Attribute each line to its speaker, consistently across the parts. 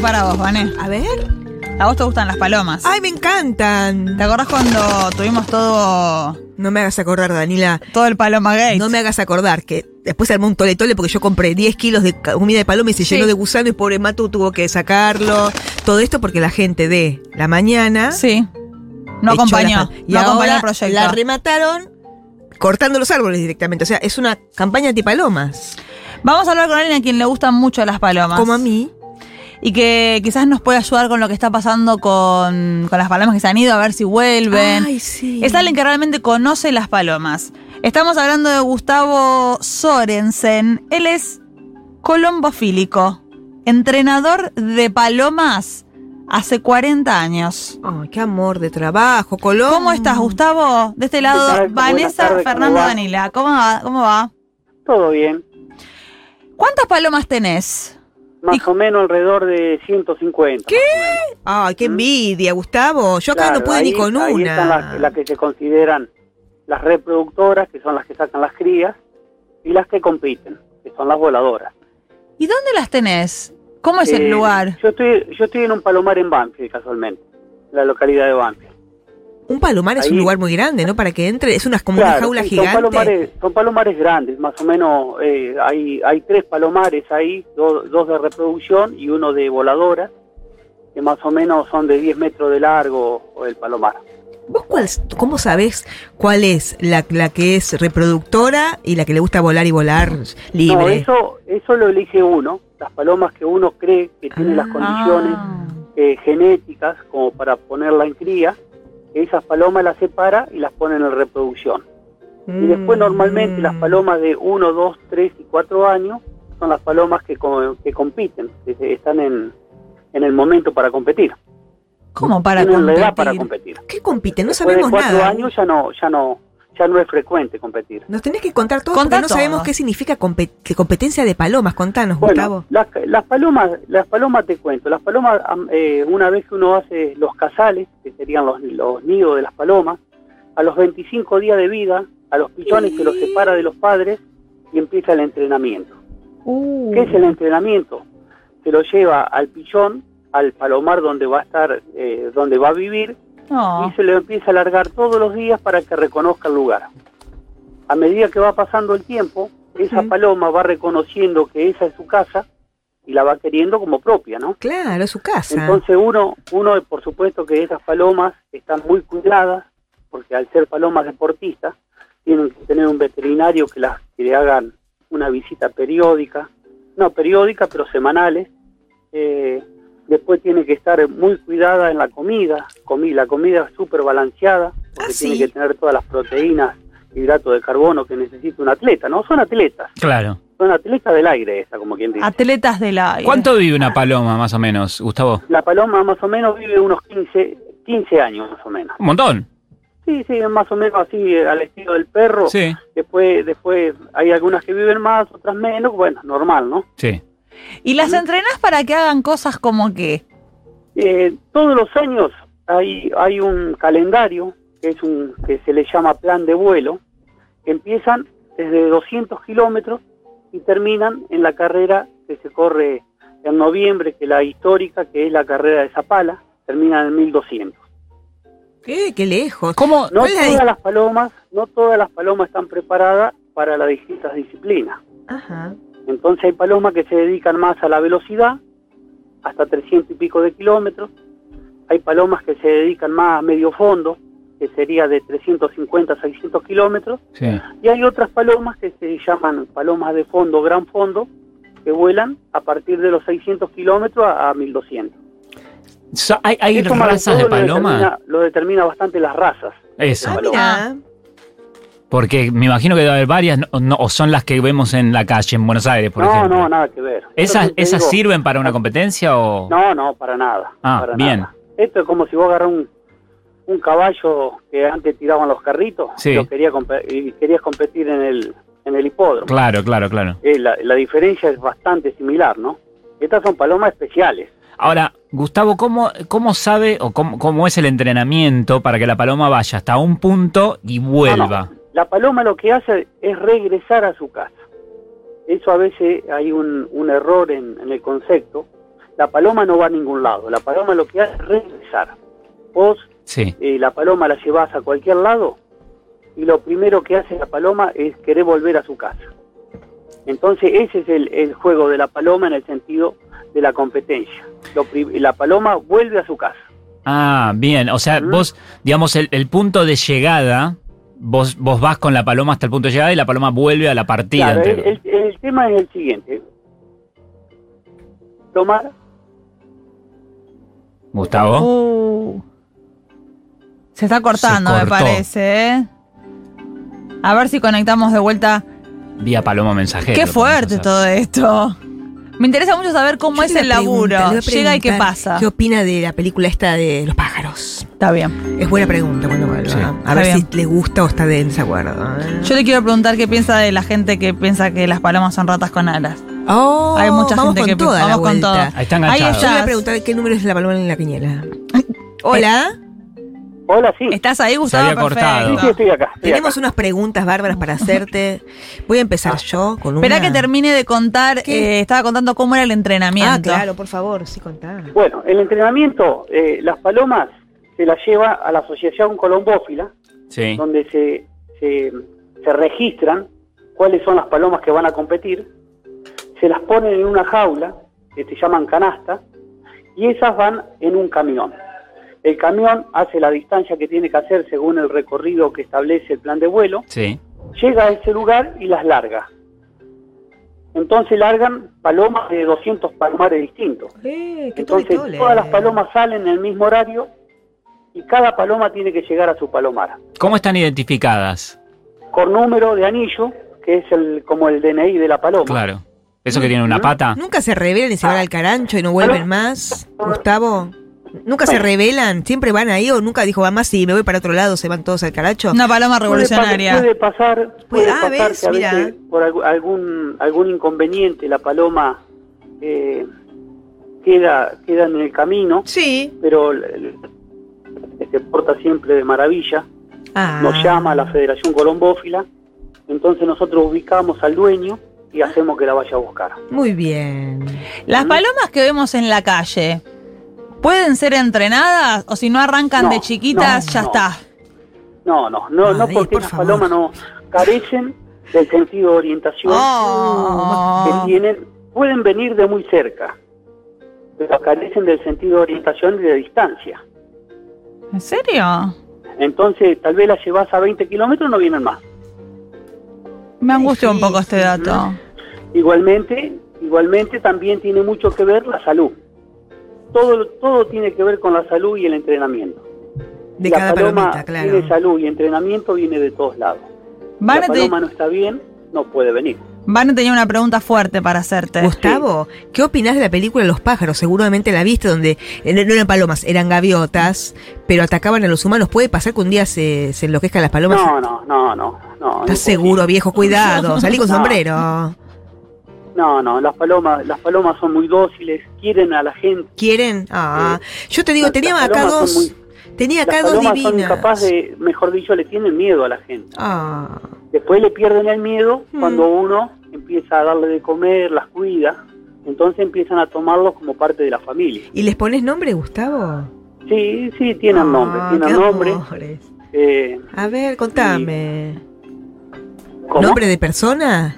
Speaker 1: para vos, Vané.
Speaker 2: A ver.
Speaker 1: A vos te gustan las palomas.
Speaker 2: Ay, me encantan.
Speaker 1: ¿Te acordás cuando tuvimos todo,
Speaker 2: No me hagas acordar, Danila.
Speaker 1: todo el paloma gay?
Speaker 2: No me hagas acordar que después se armó un tole tole porque yo compré 10 kilos de ca- comida de paloma y se
Speaker 1: Sí.
Speaker 2: llenó de gusano y pobre Matu tuvo que sacarlo. Todo esto porque la gente de la mañana
Speaker 1: Sí. No
Speaker 2: echó
Speaker 1: acompañó.
Speaker 2: las- Y
Speaker 1: No acompañó
Speaker 2: ahora
Speaker 1: el proyecto.
Speaker 2: La remataron cortando los árboles directamente. O sea, es una campaña antipalomas.
Speaker 1: Vamos a hablar con alguien a quien le gustan mucho las palomas.
Speaker 2: Como a mí.
Speaker 1: Y que quizás nos puede ayudar con lo que está pasando con, con las palomas que se han ido, a ver si vuelven.
Speaker 2: Ay, sí.
Speaker 1: Es alguien que realmente conoce las palomas. Estamos hablando de Gustavo Sorensen. Él es colombofílico, entrenador de palomas hace 40 años.
Speaker 2: Ay, qué amor de trabajo, Colón.
Speaker 1: ¿Cómo estás, Gustavo? De este lado,
Speaker 3: Mm. ¿Qué tal? Buenas
Speaker 1: Vanessa
Speaker 3: tardes, ¿cómo
Speaker 1: Fernando
Speaker 3: va?
Speaker 1: Danila. ¿Cómo va? ¿Cómo va?
Speaker 3: Todo bien.
Speaker 1: ¿Cuántas palomas tenés?
Speaker 3: Más
Speaker 1: Hijo.
Speaker 3: o menos alrededor de 150. ¿Qué?
Speaker 2: Ay, qué envidia, Gustavo. Yo acá no pude ni con
Speaker 3: ahí
Speaker 2: una.
Speaker 3: están las, las que se consideran las reproductoras, que son las que sacan las crías, y las que compiten, que son las voladoras.
Speaker 1: ¿Y dónde las tenés? ¿Cómo es
Speaker 3: Eh,
Speaker 1: el lugar?
Speaker 3: Yo estoy, yo estoy en un palomar en Banfield, casualmente, en la localidad de Banfield.
Speaker 2: Un palomar es un
Speaker 3: Ahí.
Speaker 2: lugar muy grande, ¿no? Para que entre, es una, como una
Speaker 3: Claro,
Speaker 2: jaula
Speaker 3: sí,
Speaker 2: gigante.
Speaker 3: Son palomares, son palomares grandes, más o menos eh, hay, hay tres palomares ahí, do- dos de reproducción y uno de voladora, que más o menos son de 10 metros de largo el palomar.
Speaker 2: ¿Vos cuál, cómo sabés cuál es la, la que es reproductora y la que le gusta volar y volar
Speaker 3: No,
Speaker 2: libre?
Speaker 3: eso, eso lo elige uno, las palomas que uno cree que tiene las condiciones
Speaker 1: Ah.
Speaker 3: eh, genéticas como para ponerla en cría, esas palomas las separa y las pone en reproducción. Y después
Speaker 2: Mm.
Speaker 3: normalmente las palomas de 1, 2, 3 y 4 años son las palomas que, co- que compiten, que se- están en, en el momento para competir.
Speaker 1: ¿Cómo para
Speaker 3: Tienen la
Speaker 1: competir?
Speaker 3: edad para competir.
Speaker 2: Mm. ¿Qué compiten? No
Speaker 3: Después de
Speaker 2: sabemos
Speaker 3: 4
Speaker 2: nada.
Speaker 3: años ya no, ya, no, ya no es frecuente competir.
Speaker 2: Nos tenés que contar todo
Speaker 1: Contá
Speaker 2: porque no sabemos
Speaker 1: todo.
Speaker 2: qué significa compe- competencia de palomas. Contanos, Gustavo.
Speaker 3: Bueno, las, las palomas, las palomas te cuento, las palomas am- eh, una vez que uno hace los casales, que serían los, los nidos de las palomas, a los 25 días de vida, a los pichones se los separa de los padres y empieza el entrenamiento.
Speaker 1: Uh.
Speaker 3: ¿Qué es el entrenamiento? Se lo lleva al pichón, al palomar donde va a estar, eh, donde va a vivir,
Speaker 1: No.
Speaker 3: y se lo empieza a alargar todos los días para que reconozca el lugar. A medida que va pasando el tiempo, esa
Speaker 2: Ujú.
Speaker 3: paloma va reconociendo que esa es su casa y la va queriendo como propia, ¿no?
Speaker 2: Claro, es su casa.
Speaker 3: Entonces uno, uno por supuesto que esas palomas están muy cuidadas, porque al ser palomas deportistas, tienen que tener un veterinario que las que le hagan una visita periódica, no periódica, pero semanales. Eh, después tiene que estar muy cuidada en la comida, comi- la comida es súper balanceada, porque
Speaker 2: Ah, sí.
Speaker 3: tiene que tener todas las proteínas, hidratos de carbono que necesita un atleta, ¿no? Son atletas,
Speaker 4: Claro.
Speaker 3: son atletas del aire esa, como quien dice.
Speaker 1: Atletas del aire.
Speaker 4: ¿Cuánto vive una paloma, más o menos, Gustavo?
Speaker 3: La paloma más o menos vive unos 15, 15 años más o menos.
Speaker 4: Un montón.
Speaker 3: Sí, sí, más o menos así eh, al estilo del perro.
Speaker 4: Sí,
Speaker 3: Después, después hay algunas que viven más, otras menos. Bueno, normal, ¿no?
Speaker 4: sí.
Speaker 1: ¿Y las entrenás para que hagan cosas como qué?
Speaker 3: Eh, todos los años hay, hay un calendario que es un que se le llama plan de vuelo. que Empiezan desde 200 kilómetros y terminan en la carrera que se corre en noviembre, que es la histórica, que es la carrera de Zapala, terminan en 1200.
Speaker 2: Eh, qué lejos.
Speaker 4: ¿Cómo?
Speaker 3: No
Speaker 2: ¿Cuál es la
Speaker 3: todas
Speaker 2: dis-
Speaker 3: las palomas, no todas las palomas están preparadas para las distintas disciplinas.
Speaker 2: Ajá.
Speaker 3: Ah, Entonces hay palomas que se dedican más a la velocidad, hasta 300 y pico de kilómetros. Hay palomas que se dedican más a medio fondo, que sería de 350 a 600 kilómetros.
Speaker 4: Sí.
Speaker 3: Y hay otras palomas que se llaman palomas de fondo, gran fondo, que vuelan a partir de los 600 kilómetros a, a 1200.
Speaker 4: So- ¿Hay, hay
Speaker 3: Esto, más
Speaker 4: razas de
Speaker 3: todo, lo
Speaker 4: paloma?
Speaker 3: determina- lo determina bastante las razas.
Speaker 4: Eso.
Speaker 2: Ah,
Speaker 3: Paloma.
Speaker 2: mira.
Speaker 4: Porque me imagino que debe haber varias, no- no- o son las que vemos en la calle, en Buenos Aires, por
Speaker 3: no,
Speaker 4: ejemplo.
Speaker 3: no, nada que ver. Yo
Speaker 4: ¿Esas,
Speaker 3: siempre
Speaker 4: esas
Speaker 3: digo-
Speaker 4: sirven para una competencia o...?
Speaker 3: No, no, para nada.
Speaker 4: Ah,
Speaker 3: para
Speaker 4: bien.
Speaker 3: nada. Esto es como si vos agarras un, un caballo que antes tiraban los carritos
Speaker 4: Sí.
Speaker 3: y lo quería compe- y querías competir en el, en el hipódromo.
Speaker 4: Claro, claro, claro.
Speaker 3: Eh, la, la diferencia es bastante similar, ¿no? Estas son palomas especiales.
Speaker 4: Ahora, Gustavo, ¿cómo, cómo sabe o cómo, cómo es el entrenamiento para que la paloma vaya hasta un punto y vuelva?
Speaker 3: No, no. La paloma lo que hace es regresar a su casa. Eso a veces hay un, un error en, en el concepto. la paloma no va a ningún lado. La paloma lo que hace es regresar. Vos
Speaker 4: Sí.
Speaker 3: eh, la paloma la llevas a cualquier lado y lo primero que hace la paloma es querer volver a su casa. Entonces ese es el, el juego de la paloma en el sentido de la competencia. Lo pri- la paloma vuelve a su casa.
Speaker 4: Ah, bien. O sea,
Speaker 3: Mm.
Speaker 4: vos, digamos, el, el punto de llegada, vos, vos vas con la paloma hasta el punto de llegada y la paloma vuelve a la partida.
Speaker 3: Claro, el,
Speaker 4: entre-
Speaker 3: el- el tema es el siguiente. Tomar,
Speaker 4: Gustavo.
Speaker 1: Uh. se está cortando,
Speaker 4: Se
Speaker 1: me
Speaker 4: cortó.
Speaker 1: parece. ¿eh? A ver si conectamos de vuelta.
Speaker 4: Vía paloma mensajero.
Speaker 1: Qué
Speaker 4: podemos
Speaker 1: fuerte
Speaker 4: hacer.
Speaker 1: todo esto. Me interesa mucho saber cómo
Speaker 2: Yo
Speaker 1: es
Speaker 2: le
Speaker 1: el
Speaker 2: iba a preguntar,
Speaker 1: laburo.
Speaker 2: le iba a
Speaker 1: Llega y qué
Speaker 2: preguntar
Speaker 1: pasa.
Speaker 2: ¿Qué opina de la película esta de los pájaros?
Speaker 1: Está bien.
Speaker 2: Es buena pregunta cuando vuelva.
Speaker 4: Sí.
Speaker 2: A ver
Speaker 1: Está bien.
Speaker 2: si les gusta o está de desacuerdo. ¿eh?
Speaker 1: Yo le quiero preguntar qué piensa de la gente que piensa que las palomas son ratas con alas.
Speaker 2: Oh,
Speaker 1: Hay mucha
Speaker 2: vamos
Speaker 1: gente
Speaker 2: con
Speaker 1: que pi-
Speaker 2: toda la
Speaker 1: vamos con
Speaker 2: vuelta.
Speaker 1: todo.
Speaker 4: Ahí está
Speaker 1: Ahí
Speaker 4: enganchado.
Speaker 2: Yo le voy
Speaker 1: estás.
Speaker 2: a preguntar qué número es la paloma en la piñera. Hola,
Speaker 1: Eh,
Speaker 3: hola, sí.
Speaker 1: ¿Estás ahí, Gustavo?
Speaker 4: había cortado.
Speaker 3: Sí,
Speaker 1: Perfecto.
Speaker 3: sí, estoy acá. estoy
Speaker 2: tenemos
Speaker 1: eh,
Speaker 3: acá.
Speaker 2: unas preguntas bárbaras para hacerte. Voy a empezar
Speaker 3: Ah.
Speaker 2: yo con una. Ah,
Speaker 1: Esperá que termine de contar.
Speaker 2: ¿Qué?
Speaker 1: eh, estaba contando cómo era el entrenamiento.
Speaker 2: Ah, claro, por favor, sí contá.
Speaker 3: Bueno, el entrenamiento, eh, las palomas se las lleva a la Asociación Colombófila,
Speaker 4: Sí.
Speaker 3: donde se, se, se registran cuáles son las palomas que van a competir, se las ponen en una jaula, que se llaman canasta, y esas van en un camión. El camión hace la distancia que tiene que hacer según el recorrido que establece el plan de vuelo,
Speaker 4: Sí.
Speaker 3: llega a ese lugar y las larga. Entonces largan palomas de 200 palomares distintos.
Speaker 2: Eh, qué
Speaker 3: Entonces
Speaker 2: tole, tole.
Speaker 3: todas las palomas salen en el mismo horario y cada paloma tiene que llegar a su palomar.
Speaker 4: ¿Cómo están identificadas?
Speaker 3: Con número de anillo, que es el como el DNI de la paloma.
Speaker 4: Claro. ¿Eso que tiene una pata?
Speaker 2: ¿Nunca se revelan y se van
Speaker 3: Ah.
Speaker 2: al carancho y no vuelven más, Gustavo? ¿Nunca se revelan? ¿Siempre van ahí o nunca dijo, mamá, si me voy para otro lado, se van todos al caracho?
Speaker 1: Una paloma
Speaker 3: Puede, pa-
Speaker 1: revolucionaria.
Speaker 3: puede pasar, puede
Speaker 2: ah,
Speaker 3: pasar
Speaker 2: ves,
Speaker 3: que a veces
Speaker 2: mirá.
Speaker 3: por algu- algún algún inconveniente la paloma eh, queda queda en el camino,
Speaker 2: Sí.
Speaker 3: pero l- l- se porta siempre de maravilla.
Speaker 2: Ah.
Speaker 3: Nos llama la Federación Colombófila, entonces nosotros ubicamos al dueño y hacemos que la vaya a buscar.
Speaker 2: Muy bien.
Speaker 1: Las
Speaker 3: Mm.
Speaker 1: palomas que vemos en la calle, ¿pueden ser entrenadas? O si no arrancan
Speaker 3: No,
Speaker 1: de chiquitas,
Speaker 3: no,
Speaker 1: ya
Speaker 3: no.
Speaker 1: está.
Speaker 3: No, no, no, no
Speaker 2: Ay,
Speaker 3: porque
Speaker 2: Ah, por
Speaker 3: las
Speaker 2: favor.
Speaker 3: palomas no carecen del sentido de orientación
Speaker 1: Oh.
Speaker 3: que tienen. Pueden venir de muy cerca, pero carecen del sentido de orientación y de distancia.
Speaker 1: ¿En serio?
Speaker 3: Entonces, tal vez las llevas a 20 kilómetros, no vienen más.
Speaker 1: Me angustió un poco este
Speaker 2: difícil,
Speaker 1: dato.
Speaker 3: Igualmente, igualmente también tiene mucho que ver la salud. Todo, todo tiene que ver con la salud y el entrenamiento.
Speaker 2: De
Speaker 3: la
Speaker 2: cada
Speaker 3: paloma
Speaker 2: palomita, claro.
Speaker 3: tiene salud y entrenamiento viene de todos lados.
Speaker 1: Van
Speaker 3: la
Speaker 1: a, te-
Speaker 3: paloma no está bien, no puede venir.
Speaker 1: Van a tener una pregunta fuerte para hacerte.
Speaker 2: Gustavo, ¿qué opinás de la película Los pájaros? Seguramente la viste donde eh, no eran palomas, eran gaviotas, pero atacaban a los humanos. ¿Puede pasar que un día se, se enloquezcan las palomas?
Speaker 3: No, no, no, no. no
Speaker 2: ¿Estás
Speaker 3: imposible.
Speaker 2: seguro, viejo? Cuidado, salí con
Speaker 3: No.
Speaker 2: sombrero.
Speaker 3: No, no, las palomas, las palomas son muy dóciles, quieren a la gente.
Speaker 2: ¿Quieren? Ah, yo te digo,
Speaker 3: Las-
Speaker 2: tenía
Speaker 3: las
Speaker 2: acá
Speaker 3: palomas
Speaker 2: dos.
Speaker 3: son
Speaker 2: Tenía
Speaker 3: Las
Speaker 2: acá dos
Speaker 3: palomas son
Speaker 2: divinas.
Speaker 3: capaces de, mejor dicho, le tienen miedo a la gente.
Speaker 2: Ah,
Speaker 3: Después le pierden el miedo
Speaker 2: Mm.
Speaker 3: cuando uno empieza a darle de comer, las cuida. Entonces empiezan a tomarlos como parte de la familia.
Speaker 2: ¿Y les pones nombre, Gustavo?
Speaker 3: Sí, sí, tienen
Speaker 2: Ah,
Speaker 3: nombre,
Speaker 2: qué
Speaker 3: tienen nombre.
Speaker 2: amores.
Speaker 3: eh,
Speaker 2: A ver, contame.
Speaker 3: ¿cómo?
Speaker 2: ¿Nombre de persona?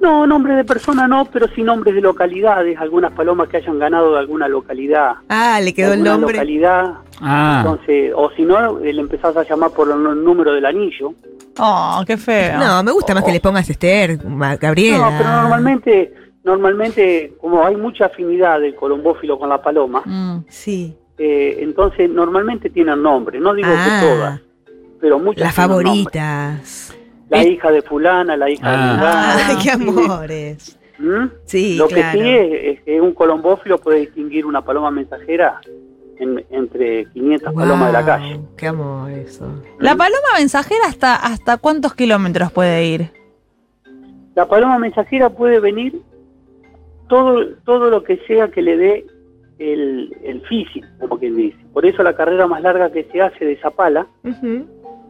Speaker 3: No, nombre de persona no, pero sí nombres de localidades. Algunas palomas que hayan ganado de alguna localidad.
Speaker 2: Ah, le quedó el
Speaker 3: alguna
Speaker 2: nombre.
Speaker 3: localidad.
Speaker 4: Ah.
Speaker 3: Entonces, o si no, eh, le empezás a llamar por el n- número del anillo.
Speaker 1: Oh, qué feo.
Speaker 2: No, me gusta más que le pongas Esther, Ma- Gabriela.
Speaker 3: No, pero normalmente, normalmente, como hay mucha afinidad del colombófilo con la paloma,
Speaker 1: Mm.
Speaker 2: Sí.
Speaker 3: eh, entonces normalmente tienen nombre. No digo
Speaker 2: Ah.
Speaker 3: que todas, pero muchas.
Speaker 2: Las
Speaker 3: tienen nombre.
Speaker 2: favoritas.
Speaker 3: La hija de fulana, la hija
Speaker 4: Ah.
Speaker 3: de fulana.
Speaker 2: Ay, qué amores.
Speaker 3: ¿Mm?
Speaker 2: Sí,
Speaker 3: Lo
Speaker 2: claro.
Speaker 3: que sí es, es que un colombófilo puede distinguir una paloma mensajera en- entre 500 palomas de la
Speaker 2: Guau,
Speaker 3: calle.
Speaker 2: Qué amor eso.
Speaker 1: La paloma mensajera hasta, hasta cuántos kilómetros puede ir.
Speaker 3: La paloma mensajera puede venir todo, todo lo que sea que le dé el, el físico, como quien dice. Por eso la carrera más larga que se hace de Zapala,
Speaker 2: Ujú.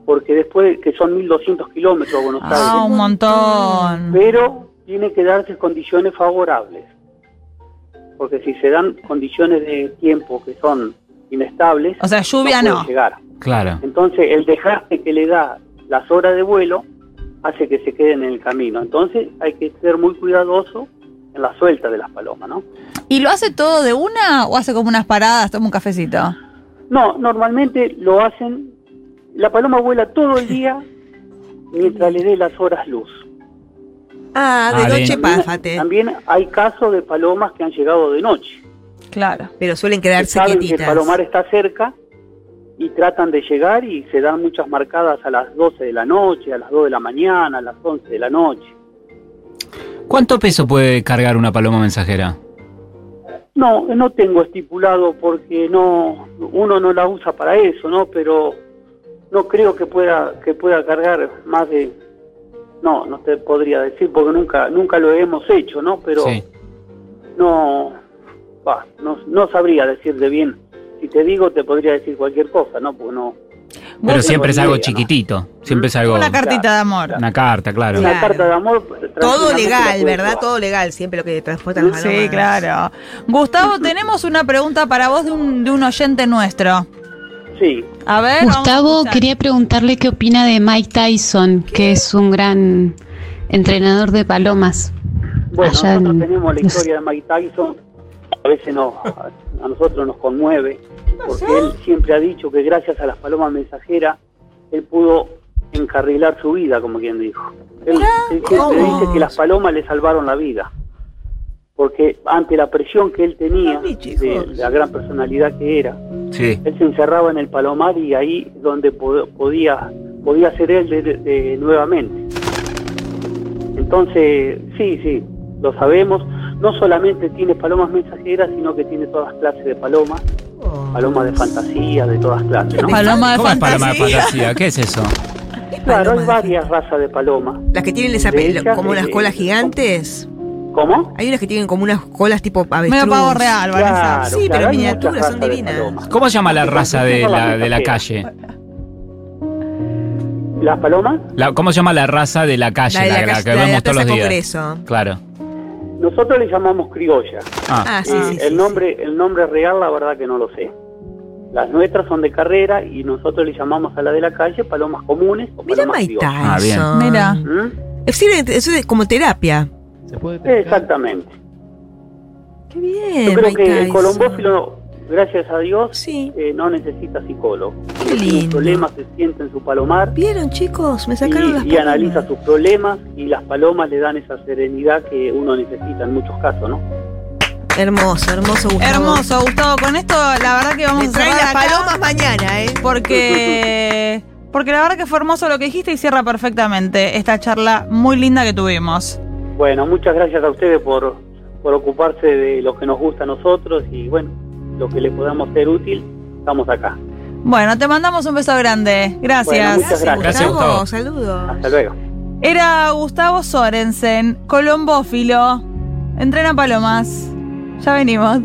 Speaker 3: porque después que son 1.200 kilómetros a Buenos
Speaker 1: Ah,
Speaker 3: Aires,
Speaker 1: un montón.
Speaker 3: pero tiene que darse condiciones favorables. porque si se dan condiciones de tiempo que son inestables,
Speaker 1: O sea, lluvia
Speaker 3: puede
Speaker 1: no.
Speaker 3: llegar.
Speaker 4: Claro.
Speaker 3: Entonces, el desgaste que le da las horas de vuelo hace que se queden en el camino. Entonces, hay que ser muy cuidadoso en la suelta de las palomas, ¿no?
Speaker 1: ¿Y lo hace todo de una o hace como unas paradas, toma un cafecito?
Speaker 3: No, normalmente lo hacen. La paloma vuela todo el día mientras le dé las horas luz.
Speaker 2: Ah, de
Speaker 4: Ah,
Speaker 2: noche
Speaker 4: bien.
Speaker 2: páfate.
Speaker 3: También hay casos de palomas que han llegado de noche.
Speaker 1: Claro.
Speaker 2: Pero suelen
Speaker 3: que
Speaker 2: quedarse
Speaker 3: saben que el
Speaker 2: quietitas.
Speaker 3: palomar está cerca y tratan de llegar y se dan muchas marcadas a las 12 de la noche, a las 2 de la mañana, a las 11 de la noche.
Speaker 4: ¿Cuánto peso puede cargar una paloma mensajera?
Speaker 3: No, no tengo estipulado porque no uno no la usa para eso, ¿no? Pero no creo que pueda que pueda cargar más de no, no te podría decir porque nunca nunca lo hemos hecho, ¿no? Pero
Speaker 4: Sí.
Speaker 3: no, bah, no no sabría decir de bien. Si te digo te podría decir cualquier cosa, ¿no? Porque no
Speaker 4: Pero
Speaker 3: Vos-
Speaker 4: siempre es algo
Speaker 3: Bolivia, ¿no?
Speaker 4: chiquitito. Siempre es algo.
Speaker 1: Una cartita de amor.
Speaker 4: Una carta, claro.
Speaker 2: Claro.
Speaker 3: una carta de amor
Speaker 2: Todo
Speaker 3: tranquilamente la
Speaker 2: legal,
Speaker 3: puedes
Speaker 2: ¿verdad?
Speaker 3: llevar.
Speaker 2: Todo legal, siempre lo que transportan las
Speaker 1: Sí,
Speaker 2: palomas.
Speaker 1: claro. Gustavo, tenemos una pregunta para vos de un, de un oyente nuestro.
Speaker 3: Sí.
Speaker 1: A ver. vamos a
Speaker 5: Gustavo,
Speaker 1: escuchar.
Speaker 5: quería preguntarle qué opina de Mike Tyson, que es un gran entrenador de palomas.
Speaker 3: Bueno,
Speaker 5: Allá en-
Speaker 3: nosotros tenemos la historia de Mike Tyson. A veces nos, a a nosotros nos conmueve, porque él siempre ha dicho que gracias a las palomas mensajeras, él pudo encarrilar su vida, como quien dijo. Él, él siempre
Speaker 2: ¿cómo?
Speaker 3: dice que las palomas le salvaron la vida, porque ante la presión que él tenía,
Speaker 2: Ay, chicos.
Speaker 3: de la gran personalidad que era,
Speaker 4: Sí.
Speaker 3: él se encerraba en el palomar y ahí donde po- podía podía ser él de- de- de- nuevamente. Entonces, sí, sí, lo sabemos. No solamente tiene palomas mensajeras, sino que tiene todas clases de palomas,
Speaker 2: Oh.
Speaker 3: palomas de fantasía, de todas clases. ¿no?
Speaker 1: Paloma de
Speaker 4: ¿Cómo es paloma de
Speaker 1: fantasía.
Speaker 4: fantasía? ¿Qué es eso?
Speaker 3: Claro, hay
Speaker 2: Palomas.
Speaker 3: varias razas de palomas.
Speaker 2: Las que tienen esa,
Speaker 3: De ellas,
Speaker 2: como unas
Speaker 3: eh,
Speaker 2: colas gigantes.
Speaker 3: ¿Cómo?
Speaker 2: Hay unas que tienen como unas colas tipo avestruz.
Speaker 1: Medio pavo real, Vanessa.
Speaker 2: sí, pero
Speaker 3: hay
Speaker 2: miniaturas,
Speaker 3: muchas
Speaker 2: son
Speaker 3: razas de
Speaker 2: divinas.
Speaker 3: palomas.
Speaker 4: ¿Cómo se llama la raza de la, de la
Speaker 3: Mensajera.
Speaker 4: calle?
Speaker 3: ¿Las palomas?
Speaker 4: La- ¿Cómo se llama la raza de Ah, la calle?
Speaker 2: La de la,
Speaker 4: la
Speaker 2: calle-
Speaker 4: que
Speaker 2: la de la
Speaker 4: vemos todos
Speaker 2: Plaza
Speaker 4: los días.
Speaker 2: Congreso.
Speaker 4: Claro.
Speaker 3: Nosotros le llamamos criolla.
Speaker 4: Ah,
Speaker 2: Ah, sí,
Speaker 3: Eh,
Speaker 2: sí, sí,
Speaker 3: el nombre el nombre real la verdad que no lo sé las nuestras son de carrera y nosotros le llamamos a la de la calle palomas comunes o
Speaker 2: Mira
Speaker 3: palomas
Speaker 2: Mike
Speaker 3: criollas.
Speaker 4: Ah, bien.
Speaker 2: Tyson.
Speaker 1: Mira.
Speaker 3: ¿Mm?
Speaker 2: Eh, sirve- eso es como terapia.
Speaker 3: exactamente
Speaker 2: Qué bien.
Speaker 3: yo creo
Speaker 2: Mike
Speaker 3: que el
Speaker 2: Tyson.
Speaker 3: colombófilo gracias a Dios
Speaker 2: Sí.
Speaker 3: eh, no necesita psicólogo
Speaker 2: Qué
Speaker 3: Tiene
Speaker 2: lindo.
Speaker 3: problemas se siente en su palomar y,
Speaker 2: ¿Vieron, chicos? Me sacaron las
Speaker 3: y analiza
Speaker 2: palomas.
Speaker 3: sus problemas y las palomas le dan esa serenidad que uno necesita en muchos casos no
Speaker 2: Hermoso, hermoso Gustavo.
Speaker 1: Hermoso, Gustavo. Con esto, la verdad que vamos
Speaker 2: Me
Speaker 1: a
Speaker 2: traen
Speaker 1: cerrar
Speaker 2: las
Speaker 1: acá
Speaker 2: palomas mañana, ¿eh?
Speaker 1: porque. Porque la verdad que fue hermoso lo que dijiste y cierra perfectamente esta charla muy linda que tuvimos.
Speaker 3: Bueno, muchas gracias a ustedes por, por ocuparse de lo que nos gusta a nosotros y bueno, lo que le podamos ser útil, estamos acá.
Speaker 1: Bueno, te mandamos un beso grande. Gracias.
Speaker 3: Bueno, muchas gracias.
Speaker 4: Gracias, Gustavo.
Speaker 2: Saludos.
Speaker 3: Hasta luego.
Speaker 1: Era Gustavo Sorensen, colombófilo. Entrena palomas. Ya venimos.